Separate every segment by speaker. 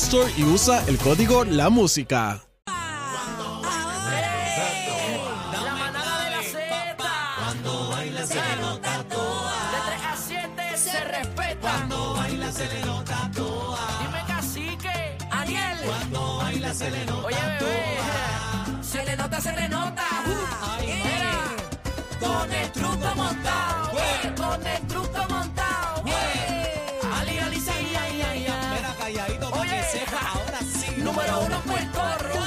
Speaker 1: Store y usa el código La Música.
Speaker 2: La manada de la Z. Cuando baila se le nota toda. De 3 a 7 se respeta. Cuando baila se le nota toda. Dime cacique, Ariel. Cuando baila se le nota Oye, bebé. Se le nota, se le nota. Mira, Con el truco montado. Con el truco montado. Ali, ali, sí, ay, ay, ay.
Speaker 3: Espera, calladito,
Speaker 2: Oye.
Speaker 3: que sepa, ahora sí.
Speaker 2: Número uno, Puerto Rico.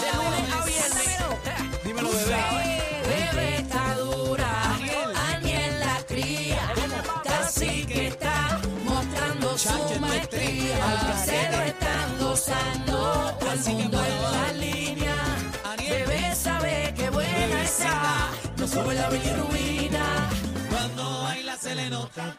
Speaker 2: De lunes a viernes.
Speaker 3: Dímelo, bebé.
Speaker 2: Bebé está dura, Aniel la cría, casi que está mostrando su maestría. Se lo están gozando, todo el mundo en la línea. Bebé sabe que buena está, no sube la bilirrubina.
Speaker 3: Cuando baila se le nota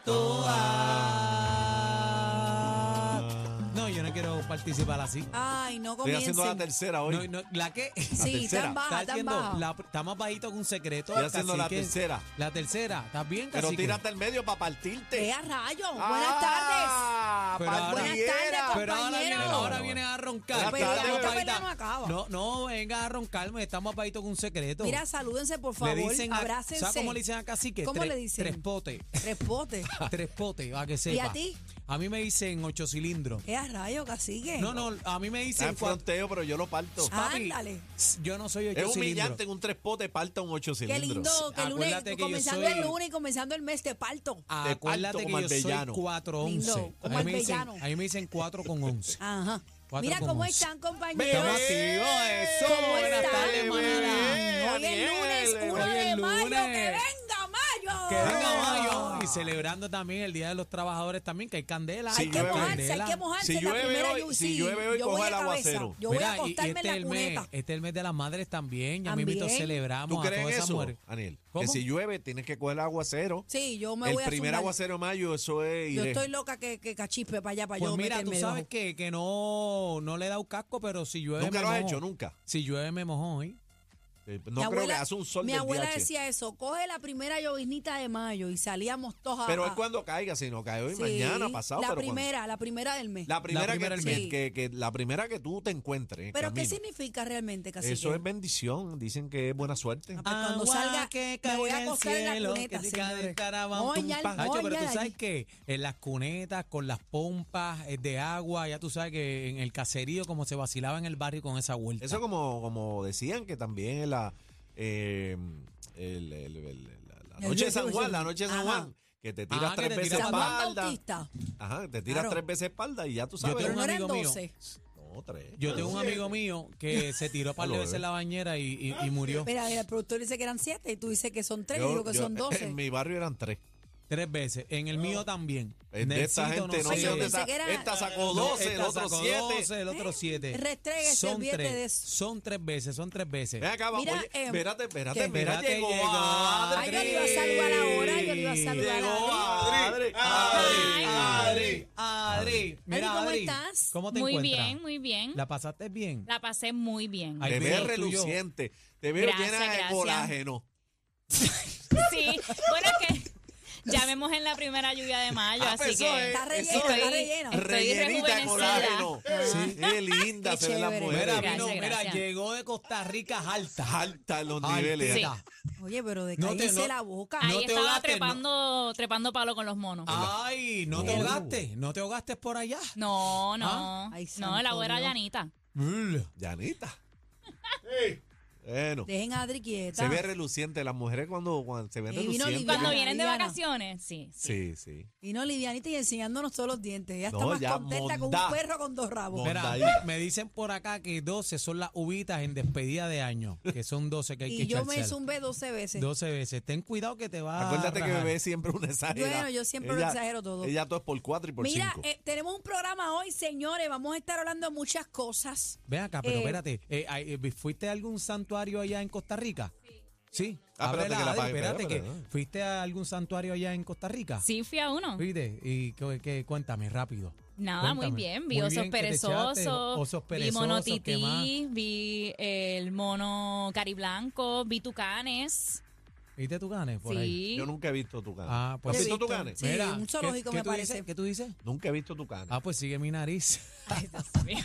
Speaker 3: toda. No, yo no quiero participar así.
Speaker 4: Ay, no
Speaker 5: Estoy haciendo la
Speaker 4: comiencen.
Speaker 5: tercera hoy.
Speaker 3: No, no, ¿La qué?
Speaker 4: Sí,
Speaker 5: tercera.
Speaker 4: tan baja,
Speaker 3: Está
Speaker 4: tan
Speaker 3: haciendo
Speaker 4: baja.
Speaker 3: la- está más bajito que un secreto.
Speaker 5: Estoy haciendo la
Speaker 3: cacique.
Speaker 5: tercera.
Speaker 3: La tercera, ¿estás bien,
Speaker 5: pero
Speaker 3: cacique?
Speaker 5: tírate al medio para partirte.
Speaker 4: Vea Eh, rayo. Buenas tardes.
Speaker 5: Ah,
Speaker 3: Pero ahora-
Speaker 5: pa'l
Speaker 3: Buenas
Speaker 5: diera.
Speaker 4: tardes,
Speaker 3: Pero ahora viene,
Speaker 4: compañero.
Speaker 3: ahora viene a roncar.
Speaker 5: Pero
Speaker 3: Pero
Speaker 5: esta
Speaker 3: estamos
Speaker 5: pelea
Speaker 3: bajita.
Speaker 4: no acaba.
Speaker 3: no, no venga a roncarme, está más bajito que un secreto.
Speaker 4: Mira, salúdense, por
Speaker 3: Le
Speaker 4: favor.
Speaker 3: dicen a-
Speaker 4: abrácense.
Speaker 3: ¿Sabes cómo le dicen a cacique?
Speaker 4: ¿Cómo
Speaker 3: Tres-
Speaker 4: le dicen?
Speaker 3: Tres potes.
Speaker 4: Respote.
Speaker 3: Tres potes, a que sepa.
Speaker 4: ¿Y a ti?
Speaker 3: A mí me dicen ocho cilindros.
Speaker 4: Vea Eh, rayo, cacique.
Speaker 3: No, no, a mí me
Speaker 5: Está
Speaker 3: dicen
Speaker 5: en
Speaker 3: cuatro.
Speaker 5: Ah, fronteo, pero yo lo parto.
Speaker 4: Ah, Ándale.
Speaker 3: Yo no soy ocho
Speaker 5: Es
Speaker 3: cilindros.
Speaker 5: humillante en un tres pote, parta un ocho
Speaker 4: Qué
Speaker 5: cilindros.
Speaker 4: lindo que el lunes,
Speaker 3: Acuérdate que yo
Speaker 4: comenzando
Speaker 3: soy- Ah.
Speaker 4: el lunes y comenzando el mes, te parto.
Speaker 5: parto
Speaker 3: Acuérdate que
Speaker 5: como
Speaker 3: yo soy
Speaker 5: albellano.
Speaker 3: 411.
Speaker 4: Lindo,
Speaker 3: A
Speaker 4: como
Speaker 3: mí me dicen,
Speaker 4: albellano.
Speaker 3: a mí me dicen 4 con 11.
Speaker 4: Ajá.
Speaker 3: Cuatro
Speaker 4: Mira
Speaker 3: con
Speaker 4: cómo
Speaker 3: once.
Speaker 4: están,
Speaker 3: Estamos
Speaker 4: compañeros.
Speaker 3: activos, eso.
Speaker 4: ¿Cómo
Speaker 3: Buenas
Speaker 4: están?
Speaker 3: tardes, manada.
Speaker 5: bebé,
Speaker 4: Hoy es lunes,
Speaker 5: Aniel,
Speaker 4: 1
Speaker 3: hoy es
Speaker 4: de mayo. ¡Que
Speaker 3: lunes.
Speaker 4: venga mayo!
Speaker 3: Que venga mayo. Y celebrando también el Día de los Trabajadores también, que hay candela.
Speaker 5: Sí,
Speaker 4: Hay que
Speaker 5: llueve.
Speaker 4: mojarse, hay que mojarse
Speaker 5: Si
Speaker 4: en la
Speaker 5: llueve
Speaker 4: primera
Speaker 5: hoy-
Speaker 4: lluvia.
Speaker 5: si llueve hoy,
Speaker 4: yo voy
Speaker 5: coja
Speaker 4: a
Speaker 5: el
Speaker 4: cabeza.
Speaker 5: aguacero.
Speaker 4: Yo voy a
Speaker 3: Mira, y- y
Speaker 4: acostarme en
Speaker 3: este es
Speaker 4: la
Speaker 3: el mes-
Speaker 4: cuneta.
Speaker 3: Este es el mes de las madres también. Ya mismito
Speaker 4: También.
Speaker 3: celebramos
Speaker 5: ¿Tú
Speaker 3: a todas
Speaker 5: crees
Speaker 3: esas
Speaker 5: eso,
Speaker 3: mujeres.
Speaker 5: Aniel?
Speaker 3: ¿Cómo?
Speaker 5: Que si llueve, tienes que coger el aguacero.
Speaker 4: Sí, yo me
Speaker 5: el
Speaker 4: voy a
Speaker 5: primer
Speaker 4: zumbar.
Speaker 5: aguacero de mayo, eso es.
Speaker 4: Yo
Speaker 5: iré.
Speaker 4: estoy loca que, que cachispe para allá, para
Speaker 3: Pues
Speaker 4: yo
Speaker 3: mira, tú
Speaker 4: meterme
Speaker 3: sabes
Speaker 4: debajo.
Speaker 3: que, que no, no le he dado casco, pero si llueve
Speaker 5: Nunca
Speaker 3: me
Speaker 5: lo has
Speaker 3: mojo.
Speaker 5: hecho, nunca.
Speaker 3: Si llueve me mojó, ¿eh?
Speaker 5: Eh,
Speaker 4: Mi
Speaker 5: No creo que
Speaker 4: abuela-
Speaker 5: hace un sol
Speaker 4: Mi
Speaker 5: del
Speaker 4: abuela
Speaker 5: DH.
Speaker 4: decía eso, coge la primera lloviznita de mayo y salíamos todos a-
Speaker 5: Pero
Speaker 4: a...
Speaker 5: es cuando caiga, si no cae hoy,
Speaker 4: Sí,
Speaker 5: mañana, pasado.
Speaker 4: La
Speaker 5: pero cuando-
Speaker 4: primera, la primera del mes.
Speaker 5: La primera,
Speaker 3: La primera
Speaker 5: que,
Speaker 3: del
Speaker 5: que-
Speaker 4: mes.
Speaker 5: que- que- la primera que tú te encuentres. en
Speaker 4: ¿Pero qué
Speaker 5: camino.
Speaker 4: significa realmente, cacique?
Speaker 5: Eso es bendición. Dicen que es buena suerte.
Speaker 4: pues
Speaker 3: Ah,
Speaker 4: cuando salga, me voy a acostar en la cuneta, señores. Moña el-
Speaker 3: Hacho, pero
Speaker 4: moña
Speaker 3: tú
Speaker 4: de
Speaker 3: sabes
Speaker 4: allí.
Speaker 3: que en las cunetas, con las pompas eh, de agua, ya tú sabes que en el caserío, como se vacilaba en el barrio con esa vuelta.
Speaker 5: Eso como, como decían que también en la, eh, el- el- el- la, la
Speaker 4: El
Speaker 5: noche de San
Speaker 4: viejo
Speaker 5: Juan,
Speaker 4: ese.
Speaker 5: la noche de San
Speaker 4: Ajá.
Speaker 5: Juan, que te tiras
Speaker 3: Ah, que
Speaker 5: tres
Speaker 3: te
Speaker 5: veces
Speaker 3: tiras
Speaker 4: San Juan
Speaker 5: espalda.
Speaker 4: Bautista.
Speaker 5: Ajá, te tiras
Speaker 4: Claro.
Speaker 5: tres veces espalda y ya tú sabes.
Speaker 4: Pero
Speaker 3: un
Speaker 4: no eran
Speaker 3: amigo mío.
Speaker 4: 12.
Speaker 5: No, tres.
Speaker 3: Yo tengo un amigo mío que se tiró para
Speaker 5: Lo
Speaker 3: veces
Speaker 5: bebé.
Speaker 3: en la bañera y, y- y murió
Speaker 4: Mira, mira, el productor dice que eran 7 y tú dices que son 3 y
Speaker 5: Yo-
Speaker 4: yo que
Speaker 5: yo-
Speaker 4: son 12.
Speaker 5: En mi barrio eran tres.
Speaker 3: tres veces. En el mío también.
Speaker 5: Es De esta
Speaker 3: Nelsito,
Speaker 5: gente, no sé
Speaker 4: sé.
Speaker 5: dónde
Speaker 4: Pensé
Speaker 5: está.
Speaker 4: que era-
Speaker 5: Esta sacó
Speaker 3: No,
Speaker 5: 12, el
Speaker 3: esta
Speaker 5: otro
Speaker 3: sacó
Speaker 5: 7.
Speaker 3: 12, el otro 7.
Speaker 4: Restréguese,
Speaker 3: son
Speaker 4: olvídate
Speaker 3: tres,
Speaker 4: de eso.
Speaker 3: Son tres veces, son tres veces.
Speaker 5: Ven acá, vamos.
Speaker 4: Mira,
Speaker 5: Oye,
Speaker 4: em,
Speaker 5: espérate, espérate,
Speaker 4: ¿qué?
Speaker 5: espérate,
Speaker 3: Espérate,
Speaker 5: Llegó
Speaker 3: llegó
Speaker 5: Adri.
Speaker 4: Ay, yo le Ah, iba a saludar ahora, yo le iba a saludar
Speaker 5: Llegó
Speaker 4: a
Speaker 5: Adri.
Speaker 3: Adri,
Speaker 5: Adri.
Speaker 3: Adri, Adri. Mira,
Speaker 4: ¿cómo
Speaker 3: Adri,
Speaker 4: estás?
Speaker 3: ¿Cómo te
Speaker 6: Muy
Speaker 3: encuentras?
Speaker 6: bien, muy bien. La,
Speaker 3: ¿La pasaste bien?
Speaker 6: pasé muy bien.
Speaker 3: Ay,
Speaker 5: Te
Speaker 3: mira,
Speaker 5: ves
Speaker 3: lo tuyo.
Speaker 5: reluciente. Te veo
Speaker 6: Gracias,
Speaker 5: llena de
Speaker 6: gracias.
Speaker 5: colágeno.
Speaker 6: Sí, bueno, es que Ya vemos en la primera lluvia de mayo,
Speaker 5: Ah,
Speaker 6: así
Speaker 5: pues eso
Speaker 6: que
Speaker 5: es,
Speaker 4: Está relleno,
Speaker 5: eso
Speaker 6: estoy-
Speaker 4: está relleno.
Speaker 6: estoy
Speaker 5: Rellenita de
Speaker 6: rejuvenecida.
Speaker 5: colágeno. Sí, qué linda
Speaker 4: Ah. Qué
Speaker 5: se ven las
Speaker 4: chévere.
Speaker 5: mujeres.
Speaker 3: Mira,
Speaker 6: Gracias,
Speaker 3: vino, mira,
Speaker 6: gracias.
Speaker 3: llegó de Costa Rica alta.
Speaker 5: Alta en los niveles.
Speaker 6: Sí.
Speaker 5: alta.
Speaker 4: Oye, pero de
Speaker 3: No te- no-
Speaker 4: la boca.
Speaker 6: Ahí
Speaker 3: No te
Speaker 6: estaba
Speaker 3: ahogaste, no. Ah.
Speaker 6: trepando, trepando palo con los monos.
Speaker 3: Ay, no te ahogaste, no te ahogaste por allá.
Speaker 6: No, no.
Speaker 3: Ah.
Speaker 4: Ay,
Speaker 6: no,
Speaker 4: santo
Speaker 6: la abuela
Speaker 4: Dios.
Speaker 6: llanita.
Speaker 5: Llanita. Bueno,
Speaker 4: Dejen a Adri quieta.
Speaker 5: se ve reluciente. Las mujeres cuando, cuando se ven
Speaker 4: Y vino
Speaker 5: relucientes.
Speaker 4: Liviana.
Speaker 6: Cuando vienen de
Speaker 4: Liviana.
Speaker 6: vacaciones, sí.
Speaker 5: Sí, sí.
Speaker 4: Y no, Livianita, y enseñándonos todos los dientes. Ella está
Speaker 5: No,
Speaker 4: más
Speaker 5: ya,
Speaker 4: contenta
Speaker 5: mondá.
Speaker 4: con un perro con dos rabos.
Speaker 5: Mondá.
Speaker 3: Mira,
Speaker 5: Bondadita.
Speaker 3: me dicen por acá que 12 son las uvitas en despedida de año, que son 12 que hay que
Speaker 4: Y yo me
Speaker 3: echarse al-
Speaker 4: zumbé 12 veces.
Speaker 3: 12 veces. Ten cuidado que te va
Speaker 5: Acuérdate
Speaker 3: a
Speaker 5: que
Speaker 3: rajar.
Speaker 5: bebé siempre es una exagerada.
Speaker 4: Bueno, yo siempre lo exagero todo.
Speaker 5: Ella todo es por cuatro y por
Speaker 4: Mira,
Speaker 5: cinco.
Speaker 4: eh, tenemos un programa hoy, señores. Vamos a estar hablando de muchas cosas.
Speaker 3: Ven acá, pero
Speaker 4: Eh,
Speaker 3: espérate. eh, ay, eh, ¿Fuiste a algún santuario allá en Costa Rica? Sí.
Speaker 5: Ah, espérate
Speaker 3: Ábrela,
Speaker 5: que la
Speaker 3: Adri,
Speaker 5: apague,
Speaker 3: espérate
Speaker 5: espérate,
Speaker 3: que
Speaker 5: espérate.
Speaker 3: fuiste a algún santuario allá en Costa Rica.
Speaker 6: Sí, fui a uno.
Speaker 3: ¿Viste? Y que, que- cuéntame rápido.
Speaker 6: Nada,
Speaker 3: Cuéntame.
Speaker 6: muy bien. Vi
Speaker 3: Muy
Speaker 6: osos,
Speaker 3: bien que te
Speaker 6: perezosos,
Speaker 3: echaste, osos
Speaker 6: vi
Speaker 3: perezosos,
Speaker 6: mono
Speaker 3: ¿qué más?
Speaker 6: tití, vi el mono cariblanco, vi tucanes.
Speaker 3: ¿Viste tu ganes por ahí?
Speaker 6: Sí.
Speaker 5: Yo nunca he visto tu cane.
Speaker 3: Ah, pues
Speaker 4: Yo
Speaker 5: ¿Has
Speaker 4: he
Speaker 5: visto tu
Speaker 4: visto,
Speaker 5: cane?
Speaker 4: sí. un zoológico me
Speaker 3: tú
Speaker 4: parece.
Speaker 3: dices? ¿Qué tú dices?
Speaker 5: Nunca he visto tu cane.
Speaker 3: Ah, pues sigue mi nariz.
Speaker 6: Ay, Dios mío.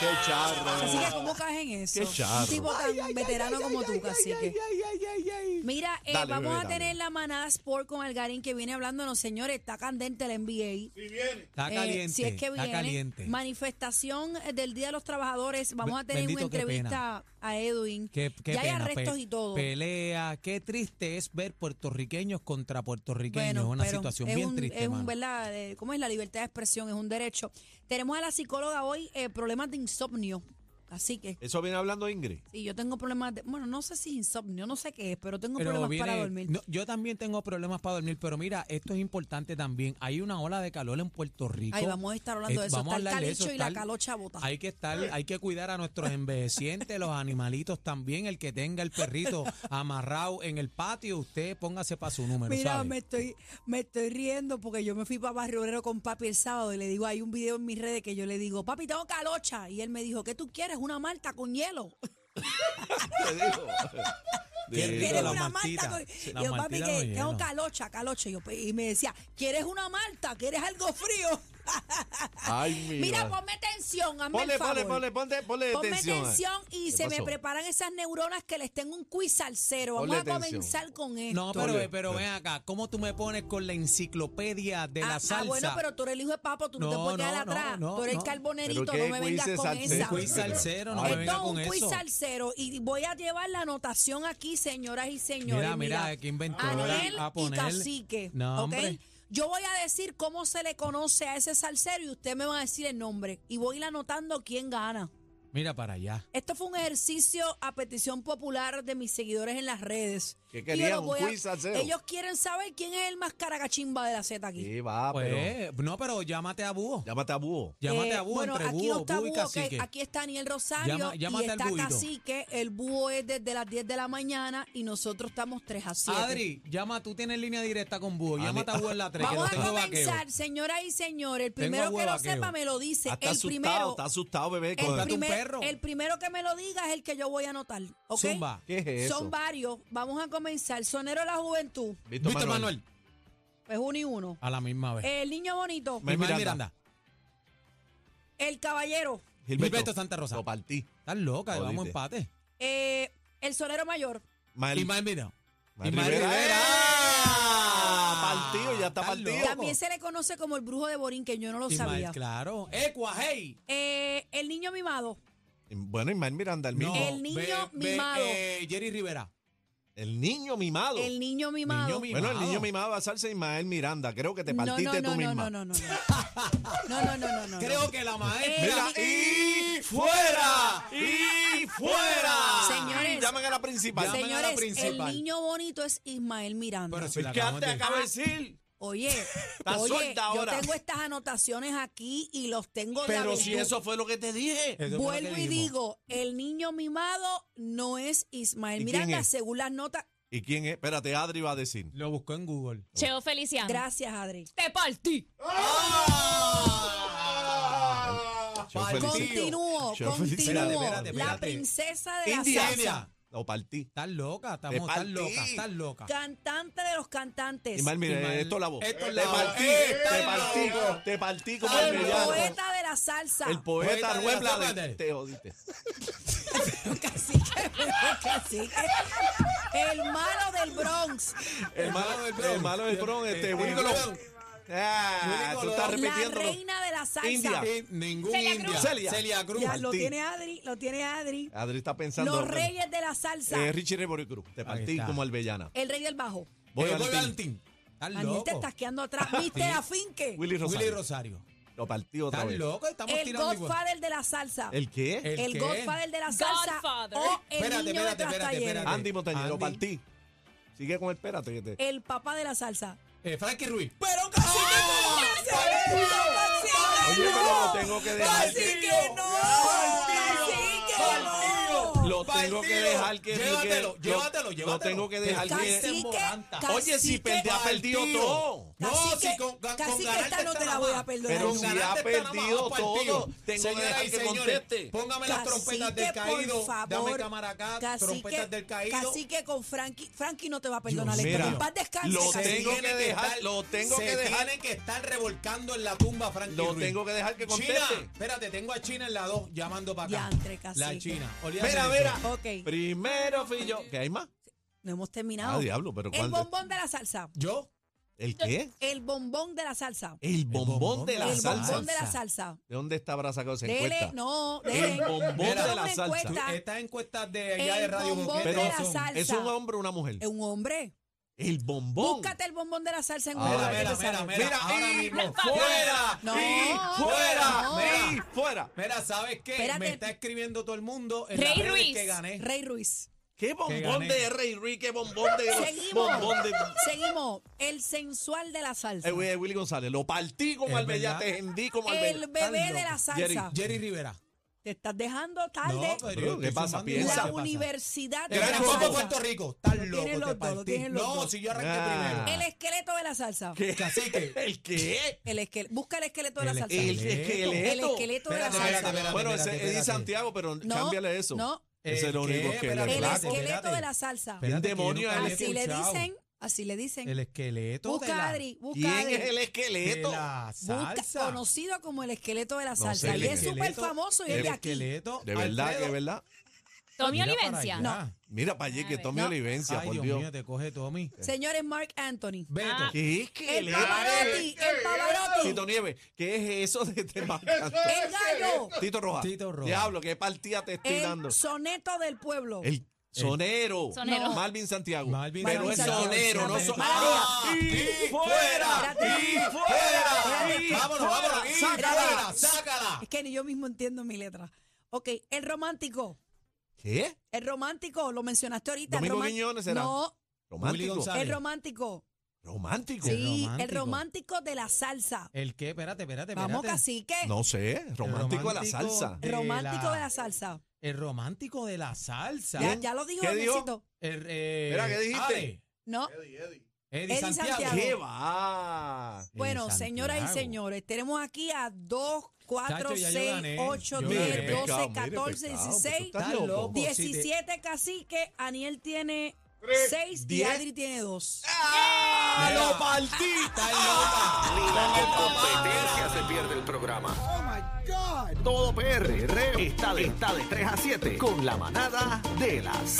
Speaker 5: Qué charro.
Speaker 4: Así que, ¿cómo caes en eso?
Speaker 5: Qué charro.
Speaker 4: Un tipo tan veterano como tú, así que.
Speaker 3: ay, ay, ay, ay.
Speaker 4: Mira, eh,
Speaker 5: Dale,
Speaker 4: vamos
Speaker 5: bebé,
Speaker 4: a
Speaker 5: dale.
Speaker 4: tener la manada Sport con Algarín que viene hablándonos, señores. Está candente el NBA.
Speaker 3: Está
Speaker 4: Eh,
Speaker 3: caliente.
Speaker 4: si es que viene.
Speaker 3: Está caliente.
Speaker 4: Manifestación eh, del Día de los Trabajadores. Vamos a tener
Speaker 3: Bendito,
Speaker 4: una
Speaker 3: qué pena.
Speaker 4: entrevista a Edwin.
Speaker 3: Qué, qué
Speaker 4: ya
Speaker 3: pena,
Speaker 4: hay arrestos
Speaker 3: pe-
Speaker 4: y todo.
Speaker 3: Pelea. Qué triste es ver puertorriqueños contra puertorriqueños.
Speaker 4: Bueno,
Speaker 3: una
Speaker 4: pero
Speaker 3: situación
Speaker 4: es
Speaker 3: bien
Speaker 4: un-
Speaker 3: triste.
Speaker 4: Es
Speaker 3: mano.
Speaker 4: un, ¿verdad? Eh, ¿Cómo es la libertad de expresión? Es un derecho. Tenemos a la psicóloga hoy eh, problemas de insomnio. Así que,
Speaker 5: Eso viene hablando Ingrid.
Speaker 4: si yo tengo problemas de. Bueno, no sé si insomnio, no sé qué es, pero tengo
Speaker 3: Pero
Speaker 4: problemas
Speaker 3: viene-
Speaker 4: para dormir.
Speaker 3: no, yo también tengo problemas para dormir, pero mira, esto es importante también. Hay una ola de calor en Puerto Rico.
Speaker 4: Ay, vamos a estar hablando de
Speaker 3: Es-
Speaker 4: eso.
Speaker 3: vamos a
Speaker 4: Está el
Speaker 3: hablar de
Speaker 4: calicho
Speaker 3: eso,
Speaker 4: y la
Speaker 3: tal-
Speaker 4: calocha bota.
Speaker 3: Hay que estar, hay que cuidar a nuestros envejecientes, los animalitos también. El que tenga el perrito amarrado en el patio, usted póngase para su número.
Speaker 4: Mira,
Speaker 3: ¿sabe?
Speaker 4: me estoy, me estoy riendo porque yo me fui para Barrio Obrero con papi el sábado y le digo, hay un video en mis redes que yo le digo, papi, tengo calocha. Y él me dijo, ¿qué tú quieres? Una malta con hielo.
Speaker 5: Te digo.
Speaker 3: Qué
Speaker 5: Sí.
Speaker 3: rico
Speaker 4: ¿Quieres
Speaker 3: la
Speaker 4: una
Speaker 3: maltita.
Speaker 4: malta con
Speaker 3: Sí, la
Speaker 4: Y yo, papi,
Speaker 3: maltita
Speaker 4: que
Speaker 3: con
Speaker 4: tengo
Speaker 3: hielo".
Speaker 4: calocha, calocha. Y, yo, pues, y me decía, ¿quieres una malta? ¿Quieres algo frío?
Speaker 5: Ay, mi
Speaker 4: Mira,
Speaker 5: madre.
Speaker 4: ponme tensión, hazme
Speaker 5: ponle,
Speaker 4: el favor.
Speaker 5: ponle, ponle, ponle, ponle
Speaker 4: Ponme
Speaker 5: atención.
Speaker 4: tensión y
Speaker 5: ¿Qué
Speaker 4: se me
Speaker 5: pasó?
Speaker 4: preparan esas neuronas que les tengo un quiz al cero. Vamos
Speaker 5: Ponle
Speaker 4: a
Speaker 5: atención.
Speaker 4: comenzar con esto.
Speaker 3: No, pero,
Speaker 5: Tole.
Speaker 3: pero ven acá, ¿cómo tú me pones con la enciclopedia de
Speaker 4: Ah,
Speaker 3: la
Speaker 4: ah,
Speaker 3: salsa?
Speaker 4: bueno, pero tú eres el hijo de papo, tú no, te
Speaker 3: No,
Speaker 4: puedes quedar
Speaker 3: no, no,
Speaker 4: atrás.
Speaker 3: no,
Speaker 4: tú eres
Speaker 3: no.
Speaker 4: el carbonerito,
Speaker 5: Pero qué
Speaker 4: no me vengas
Speaker 5: quiz
Speaker 4: con
Speaker 5: es
Speaker 4: esa.
Speaker 5: salsero.
Speaker 3: Quiz salsero, no
Speaker 5: Ay,
Speaker 4: Esto
Speaker 3: me venga
Speaker 4: es
Speaker 3: con
Speaker 4: un quiz
Speaker 3: eso.
Speaker 4: salsero y voy a llevar la anotación aquí, señoras y señores.
Speaker 3: Mira, mira, qué inventora
Speaker 4: Anuel
Speaker 3: a poner.
Speaker 4: y Cacique.
Speaker 3: No,
Speaker 4: ¿ok?
Speaker 3: hombre.
Speaker 4: Yo voy a decir cómo se le conoce a ese salsero y usted me va a decir el nombre. Y voy a ir anotando quién gana.
Speaker 3: Mira para allá.
Speaker 4: Esto fue un ejercicio a petición popular de mis seguidores en las redes. Y
Speaker 5: ¿Qué
Speaker 4: yo
Speaker 5: querían?
Speaker 4: los
Speaker 5: ¿Un
Speaker 4: voy a-
Speaker 5: quiz salsero?
Speaker 4: Ellos quieren saber quién es el más caragachimba de la Z aquí.
Speaker 5: Sí, va, Ah, pero.
Speaker 3: Pues, no, pero llámate a Búho.
Speaker 5: Llámate a Búho.
Speaker 3: Llámate
Speaker 4: Eh,
Speaker 3: a Búho
Speaker 4: bueno,
Speaker 3: entre
Speaker 4: aquí
Speaker 3: Búho,
Speaker 4: no está
Speaker 3: Búho y
Speaker 4: Búho, ok,
Speaker 3: Cacique.
Speaker 4: aquí está Daniel Rosario
Speaker 3: Llama-
Speaker 4: y
Speaker 3: llámate al
Speaker 4: está
Speaker 3: Búhito.
Speaker 4: Cacique. El Búho es desde las 10 de la mañana y nosotros estamos 3 a 7.
Speaker 3: Adri, llama, tú tienes línea directa con Búho. Llámate a Búho en la 3, que lo
Speaker 4: Vamos a
Speaker 3: tengo vaqueo.
Speaker 4: comenzar, señoras y señores. El
Speaker 3: Tengo a
Speaker 4: primero
Speaker 3: Búho
Speaker 4: que lo
Speaker 3: vaqueo.
Speaker 4: sepa me lo dice.
Speaker 5: Ah, Está
Speaker 4: el
Speaker 5: asustado,
Speaker 4: primero.
Speaker 5: está asustado, bebé.
Speaker 4: el,
Speaker 5: con-
Speaker 3: Cómprate un
Speaker 4: primer-
Speaker 3: perro.
Speaker 4: el primero que me lo diga es el que yo voy a anotar. ¿ok?
Speaker 3: Zumba.
Speaker 5: ¿Qué es eso?
Speaker 4: Son varios. Vamos a comenzar. Sonero de la Juventud.
Speaker 5: Víctor
Speaker 3: Víctor
Speaker 5: Manuel.
Speaker 3: Manuel.
Speaker 4: Es uno y uno.
Speaker 3: A la misma vez.
Speaker 4: El niño bonito.
Speaker 5: Me-
Speaker 3: Ismael Miranda.
Speaker 5: Miranda.
Speaker 4: El caballero.
Speaker 3: Gilberto Santa Rosa.
Speaker 5: Lo partí.
Speaker 3: Estás loca,
Speaker 5: Jodiste.
Speaker 3: vamos a empate.
Speaker 4: eh, el sonero mayor.
Speaker 5: Mal-
Speaker 3: Ismael Miranda.
Speaker 5: Mal
Speaker 3: Ismael
Speaker 5: Rivera.
Speaker 3: Rivera.
Speaker 5: ¡Ah! Partido, ya está
Speaker 3: Está
Speaker 5: partido.
Speaker 3: loco.
Speaker 4: También se le conoce como el brujo de Borín, que yo no lo sabía.
Speaker 3: Ismael, claro. ¡Ecua, hey!
Speaker 4: Eh, el niño mimado.
Speaker 5: Bueno, Ismael Miranda, el mismo.
Speaker 4: El niño mimado.
Speaker 3: eh, Jerry Rivera.
Speaker 5: El niño mimado.
Speaker 4: El niño mimado.
Speaker 3: mi-
Speaker 5: Bueno, el niño
Speaker 3: Mimado.
Speaker 5: mimado va a salsa Ismael Miranda. Creo que te
Speaker 4: no, no,
Speaker 5: partiste
Speaker 4: no,
Speaker 5: tú
Speaker 4: no, no,
Speaker 5: misma.
Speaker 4: no, no, no. No, no, no, no, no.
Speaker 3: Creo que la maestra.
Speaker 4: Eh,
Speaker 5: Mira, y fuera, y fuera.
Speaker 4: Señores.
Speaker 5: Llamen a la principal.
Speaker 3: Llamen a la
Speaker 4: Señores, el
Speaker 3: principal.
Speaker 4: niño bonito es Ismael Miranda.
Speaker 3: Pero si la
Speaker 5: ¿Qué
Speaker 3: acabamos
Speaker 5: te
Speaker 3: de-
Speaker 5: acabo de decir?
Speaker 4: Oye,
Speaker 5: Está
Speaker 4: oye
Speaker 5: suelta
Speaker 4: yo
Speaker 5: ahora.
Speaker 4: tengo estas anotaciones aquí y los tengo de
Speaker 5: Pero
Speaker 4: haber-
Speaker 5: si eso fue lo que te dije.
Speaker 3: Eso fue lo
Speaker 4: Vuelvo
Speaker 3: que
Speaker 4: y
Speaker 3: dijimos.
Speaker 4: digo, el niño mimado no es Ismael
Speaker 5: ¿Y quién
Speaker 4: Miranda,
Speaker 5: es?
Speaker 4: según las notas.
Speaker 5: ¿Y quién es? Espérate, Adri va a decir.
Speaker 3: Lo buscó en Google.
Speaker 6: Cheo Feliciano.
Speaker 4: Gracias, Adri.
Speaker 6: Te partí.
Speaker 5: Yo felicito.
Speaker 4: Continúo,
Speaker 5: Yo
Speaker 4: continúo.
Speaker 5: felicito.
Speaker 3: Espérate, espérate,
Speaker 4: La
Speaker 3: espérate.
Speaker 4: princesa de la
Speaker 5: India.
Speaker 4: salsa.
Speaker 5: O partí.
Speaker 3: Estás loca, estamos, estás
Speaker 5: partí.
Speaker 3: loca, estás loca.
Speaker 4: Cantante de los cantantes.
Speaker 5: Imal, mira,
Speaker 3: Imal,
Speaker 5: esto es la voz.
Speaker 3: esto es
Speaker 5: te
Speaker 3: la voz.
Speaker 5: partí,
Speaker 3: Esto
Speaker 5: te
Speaker 3: es la
Speaker 5: partí,
Speaker 3: voz.
Speaker 5: te partí como el
Speaker 4: El
Speaker 5: mediano.
Speaker 4: poeta de la salsa.
Speaker 5: El poeta
Speaker 3: Poeta de la
Speaker 5: Ruebla
Speaker 3: Zapata.
Speaker 5: de... Te jodiste.
Speaker 4: Cacique, pero cacique. El malo del Bronx.
Speaker 5: El malo del Bron. El malo del Bron, este,
Speaker 3: Eh,
Speaker 5: Willy
Speaker 3: eh,
Speaker 5: Colón.
Speaker 3: Colón.
Speaker 5: Ah,
Speaker 3: Willy
Speaker 5: tú estás
Speaker 3: Colón.
Speaker 4: La
Speaker 5: repitiéndolo.
Speaker 4: reina de la salsa.
Speaker 5: India.
Speaker 3: Eh, Ningún
Speaker 6: Celia
Speaker 3: india.
Speaker 6: Cruz.
Speaker 5: Celia.
Speaker 3: Cruz.
Speaker 4: Ya lo
Speaker 5: Martí.
Speaker 4: tiene Adri, lo tiene Adri.
Speaker 3: Ah,
Speaker 5: Adri está pensando.
Speaker 4: Los reyes de la salsa.
Speaker 5: Eh, Richie Rebory Cruz. Te partí
Speaker 3: está.
Speaker 5: como albellana.
Speaker 4: El rey del bajo.
Speaker 5: Voy
Speaker 3: Eh,
Speaker 5: a
Speaker 3: Boy Valentín.
Speaker 5: Valentín.
Speaker 3: Estás
Speaker 4: Daniel, te
Speaker 3: loco.
Speaker 4: estás quedando atrás. Viste a Finque.
Speaker 5: Willy Rosario.
Speaker 3: Willy Rosario.
Speaker 5: Lo partí otra
Speaker 3: Estás
Speaker 5: vez.
Speaker 3: loco, estamos
Speaker 4: El
Speaker 3: tirando igual.
Speaker 4: godfather de la salsa.
Speaker 5: ¿El qué?
Speaker 3: El-
Speaker 4: El
Speaker 3: qué?
Speaker 4: godfather de la salsa.
Speaker 6: Godfather.
Speaker 4: O el
Speaker 3: Espérate,
Speaker 4: niño
Speaker 3: espérate,
Speaker 4: de
Speaker 3: espérate,
Speaker 4: Trastalleres.
Speaker 3: espérate.
Speaker 5: Andy Montañez. Lo
Speaker 3: Andy.
Speaker 5: partí. Sigue con el espérate. Que te...
Speaker 4: El papá de la salsa.
Speaker 3: Eh, Frankie Ruiz.
Speaker 4: Pero casi
Speaker 3: Ah,
Speaker 4: que no.
Speaker 5: Oye, pero lo tengo que dejar.
Speaker 4: Casi que no. Casi que no.
Speaker 5: Lo tengo que dejar que
Speaker 3: Llévatelo,
Speaker 5: Ricky-
Speaker 3: llévatelo,
Speaker 5: lo-
Speaker 3: llévatelo. Este
Speaker 5: Lo tengo que dejar
Speaker 4: Casi
Speaker 5: que.
Speaker 4: Cacique,
Speaker 5: Oye, si
Speaker 4: cacique,
Speaker 5: perdí, ha perdido
Speaker 3: Partido.
Speaker 5: todo.
Speaker 3: No,
Speaker 4: Cacique,
Speaker 3: si con, con
Speaker 4: cacique,
Speaker 3: ganarte
Speaker 4: esta no te la
Speaker 3: nada
Speaker 4: voy a
Speaker 3: más.
Speaker 4: perdonar.
Speaker 5: Pero
Speaker 4: Con
Speaker 5: si
Speaker 3: ganarte
Speaker 5: ha
Speaker 3: está nada más
Speaker 5: perdido
Speaker 3: un partido.
Speaker 5: todo, tengo que
Speaker 3: Señoras
Speaker 5: dejar
Speaker 3: y
Speaker 5: que
Speaker 3: señores,
Speaker 5: conteste.
Speaker 3: Póngame las trompetas del
Speaker 4: Cacique,
Speaker 3: caído.
Speaker 4: por favor.
Speaker 3: Dame cámara acá, trompetas del caído.
Speaker 4: Cacique con Frankie. Frankie no te va a perdonar
Speaker 3: Dios
Speaker 4: esto.
Speaker 5: mío.
Speaker 4: En paz descanse,
Speaker 5: Lo
Speaker 4: cacique.
Speaker 5: tengo
Speaker 3: tienen
Speaker 5: que dejar,
Speaker 3: estar-
Speaker 5: lo tengo
Speaker 3: se
Speaker 5: que dejar.
Speaker 3: tienen que estar revolcando en la tumba, Frankie
Speaker 5: Lo
Speaker 3: Ruiz.
Speaker 5: tengo que dejar que
Speaker 3: China,
Speaker 5: conteste.
Speaker 3: espérate, tengo a China en la 2 llamando para acá.
Speaker 4: Diantre,
Speaker 3: la
Speaker 4: cacique.
Speaker 3: China. Olvídate de
Speaker 5: Mira,
Speaker 3: eso.
Speaker 5: mira.
Speaker 4: Ok.
Speaker 5: Primero fui yo. ¿Qué hay más?
Speaker 4: No hemos terminado.
Speaker 5: Ah, diablo, pero
Speaker 4: el
Speaker 5: ¿cuál? de-
Speaker 4: bombón de la salsa.
Speaker 3: Yo,
Speaker 5: ¿El qué?
Speaker 4: El bombón de la salsa.
Speaker 5: El bombón de la
Speaker 4: el
Speaker 5: salsa.
Speaker 4: bombón de la salsa.
Speaker 5: ¿De dónde está habrá sacado esa
Speaker 4: Dele,
Speaker 5: encuesta?
Speaker 4: no, dele.
Speaker 5: El bombón
Speaker 3: Mira,
Speaker 5: de
Speaker 4: una
Speaker 5: la salsa. eh,
Speaker 3: tú-
Speaker 4: encuesta.
Speaker 3: estas encuestas de allá de
Speaker 4: El
Speaker 3: Radio
Speaker 4: bombón
Speaker 3: Boquete
Speaker 4: de
Speaker 3: no
Speaker 4: la
Speaker 3: son-
Speaker 4: salsa.
Speaker 5: ¿Es un hombre o una mujer?
Speaker 4: Es un hombre.
Speaker 5: El bombón.
Speaker 4: Búscate el bombón de la salsa en
Speaker 5: Ah,
Speaker 4: Google,
Speaker 3: Mira,
Speaker 5: Ahora
Speaker 4: que
Speaker 3: mira,
Speaker 4: te
Speaker 3: mira,
Speaker 4: sale.
Speaker 3: mira, ahora
Speaker 5: y
Speaker 3: mismo.
Speaker 5: fuera,
Speaker 4: No,
Speaker 5: y fuera,
Speaker 4: no.
Speaker 5: y fuera.
Speaker 3: Mira, ¿sabes qué?
Speaker 4: Espérate.
Speaker 3: Me está escribiendo todo el mundo en
Speaker 6: Rey
Speaker 3: las redes
Speaker 6: Ruiz.
Speaker 3: que gané.
Speaker 4: Rey Ruiz.
Speaker 5: Qué bombón
Speaker 3: gané.
Speaker 5: de Rey Ruiz, qué bombón de
Speaker 4: Seguimos.
Speaker 5: bombón de
Speaker 4: Seguimos. El sensual de la salsa.
Speaker 5: Eh, güey, Willy González, lo partí como
Speaker 3: Es
Speaker 5: albella,
Speaker 3: verdad.
Speaker 5: te hendí como
Speaker 4: El
Speaker 5: albella.
Speaker 4: bebé de
Speaker 3: loco.
Speaker 4: la
Speaker 5: Jerry,
Speaker 4: salsa.
Speaker 3: Jerry Rivera.
Speaker 4: Te estás dejando
Speaker 3: No,
Speaker 4: tarde.
Speaker 3: pero
Speaker 5: Pero,
Speaker 3: yo
Speaker 5: ¿qué
Speaker 3: estoy
Speaker 5: pasa?
Speaker 3: sumando.
Speaker 5: Piensa.
Speaker 4: la
Speaker 5: ¿qué pasa?
Speaker 4: universidad de
Speaker 3: Gran
Speaker 4: la
Speaker 3: Combo
Speaker 4: salsa.
Speaker 3: Puerto Rico. Estás
Speaker 4: Lo
Speaker 3: loco,
Speaker 4: tienen
Speaker 3: te
Speaker 4: los dos, lo
Speaker 3: partí.
Speaker 4: tienen los
Speaker 3: no,
Speaker 4: dos.
Speaker 3: si yo arranqué
Speaker 5: Ah.
Speaker 4: El esqueleto de la salsa.
Speaker 5: ¿Qué?
Speaker 3: primero. Cacique.
Speaker 5: ¿El qué?
Speaker 4: El esquel- Busca el esqueleto de la
Speaker 3: El
Speaker 4: salsa.
Speaker 5: El
Speaker 3: Esqueleto.
Speaker 4: El
Speaker 5: esqueleto.
Speaker 4: esqueleto de la
Speaker 3: Espérate, espérate,
Speaker 4: salsa.
Speaker 3: espérate.
Speaker 5: Bueno, ese es Eddie
Speaker 3: espérate.
Speaker 5: Santiago, pero
Speaker 4: No,
Speaker 5: cámbiale eso.
Speaker 4: no.
Speaker 5: Ese es lo
Speaker 3: ¿El qué?
Speaker 5: único que
Speaker 3: Espérate,
Speaker 4: El
Speaker 3: Espérate,
Speaker 4: esqueleto
Speaker 3: espérate.
Speaker 4: de la salsa.
Speaker 3: Espérate, que yo
Speaker 5: demonio
Speaker 3: nunca
Speaker 5: es
Speaker 3: lo he
Speaker 5: ese?
Speaker 4: Así le
Speaker 3: escuchado.
Speaker 4: dicen. Así le dicen.
Speaker 3: El esqueleto de
Speaker 4: Busca
Speaker 3: la,
Speaker 4: Adri. Busca
Speaker 5: ¿Quién
Speaker 4: Adri.
Speaker 5: es el
Speaker 3: de
Speaker 5: esqueleto?
Speaker 3: la
Speaker 4: Busca-
Speaker 3: salsa.
Speaker 4: conocido como el esqueleto de la
Speaker 5: sé,
Speaker 4: salsa.
Speaker 5: el
Speaker 4: y es
Speaker 5: esqueleto-
Speaker 4: súper famoso y es
Speaker 5: el
Speaker 4: de aquí.
Speaker 3: esqueleto.
Speaker 5: De verdad,
Speaker 3: Alfredo.
Speaker 5: de verdad.
Speaker 6: Tommy
Speaker 3: Mira para
Speaker 6: Olivencia.
Speaker 3: allá.
Speaker 5: Mira para allí que
Speaker 6: Ay,
Speaker 5: Tommy
Speaker 4: no.
Speaker 5: Olivencia,
Speaker 3: Ay,
Speaker 5: por
Speaker 3: Dios mío,
Speaker 5: Dios. Ah.
Speaker 3: te coge Tommy.
Speaker 4: Señores, Mark Anthony.
Speaker 3: Beto.
Speaker 6: Ah.
Speaker 5: ¿Qué
Speaker 4: El
Speaker 5: esqueleto?
Speaker 4: Pavarotti. El
Speaker 5: Tito
Speaker 4: Pavarotti.
Speaker 5: Nieves, ¿qué es eso de este
Speaker 4: El gallo.
Speaker 5: Tito Rojas.
Speaker 3: Tito Rojas.
Speaker 5: Diablo, qué partida te estoy dando.
Speaker 4: El soneto del pueblo.
Speaker 5: El sonero.
Speaker 6: Sonero.
Speaker 5: Malvin Santiago.
Speaker 3: Malvin
Speaker 5: Pero es
Speaker 4: Santiago.
Speaker 5: sonero, no
Speaker 4: Malvin
Speaker 5: son.
Speaker 4: Santiago.
Speaker 5: y fuera!
Speaker 4: Espérate.
Speaker 5: ¡Y fuera!
Speaker 4: Espérate.
Speaker 5: y
Speaker 3: Vámonos, vámonos.
Speaker 5: fuera.
Speaker 3: y
Speaker 5: ¡Sácala!
Speaker 3: Sácala, sácala.
Speaker 4: Es que ni yo mismo entiendo mi letra. Ok, el romántico.
Speaker 5: ¿Qué?
Speaker 4: El romántico, lo mencionaste ahorita. el
Speaker 5: Domingo
Speaker 4: román-
Speaker 5: Quiñones será.
Speaker 4: No,
Speaker 3: Willy
Speaker 5: Romántico.
Speaker 3: González.
Speaker 4: el romántico.
Speaker 5: Romántico.
Speaker 4: Sí,
Speaker 3: romántico.
Speaker 4: el romántico de la salsa.
Speaker 3: ¿El qué? Espérate, espérate, espérate.
Speaker 4: Vamos, cacique.
Speaker 5: No sé. Romántico a la
Speaker 3: romántico.
Speaker 5: salsa.
Speaker 4: El romántico
Speaker 3: de la-
Speaker 4: de la salsa.
Speaker 3: El romántico de la salsa.
Speaker 4: Ya, ya lo dijo
Speaker 5: ¿Qué dijo?
Speaker 4: Dionisito.
Speaker 3: El, eh,
Speaker 5: Mira, ¿qué dijiste?
Speaker 3: Ale,
Speaker 4: No.
Speaker 3: Eddie,
Speaker 4: Eddie
Speaker 3: Santiago.
Speaker 4: Santiago.
Speaker 5: ¿Qué va?
Speaker 4: Bueno,
Speaker 3: Santiago.
Speaker 4: señoras y señores, tenemos aquí a 2, 4,
Speaker 3: Chacho, ya yo
Speaker 4: 6,
Speaker 3: gané.
Speaker 4: 8,
Speaker 3: Yo
Speaker 4: 10,
Speaker 3: gané.
Speaker 4: 12,
Speaker 5: Mire,
Speaker 4: 14,
Speaker 5: pescado,
Speaker 4: 16,
Speaker 5: pero tú estás
Speaker 3: Estás
Speaker 5: loco.
Speaker 3: loco. Pues sí, te-
Speaker 4: 17 cacique. Aniel tiene 6 y
Speaker 5: diez.
Speaker 4: Adri tiene 2.
Speaker 5: ¡Ah!
Speaker 3: Mira.
Speaker 5: ¡Lo partí!
Speaker 3: Está loca.
Speaker 7: competencia se pierde el programa. Oh my God. Todo PR está de, está de 3 a 7 con la manada de la Z.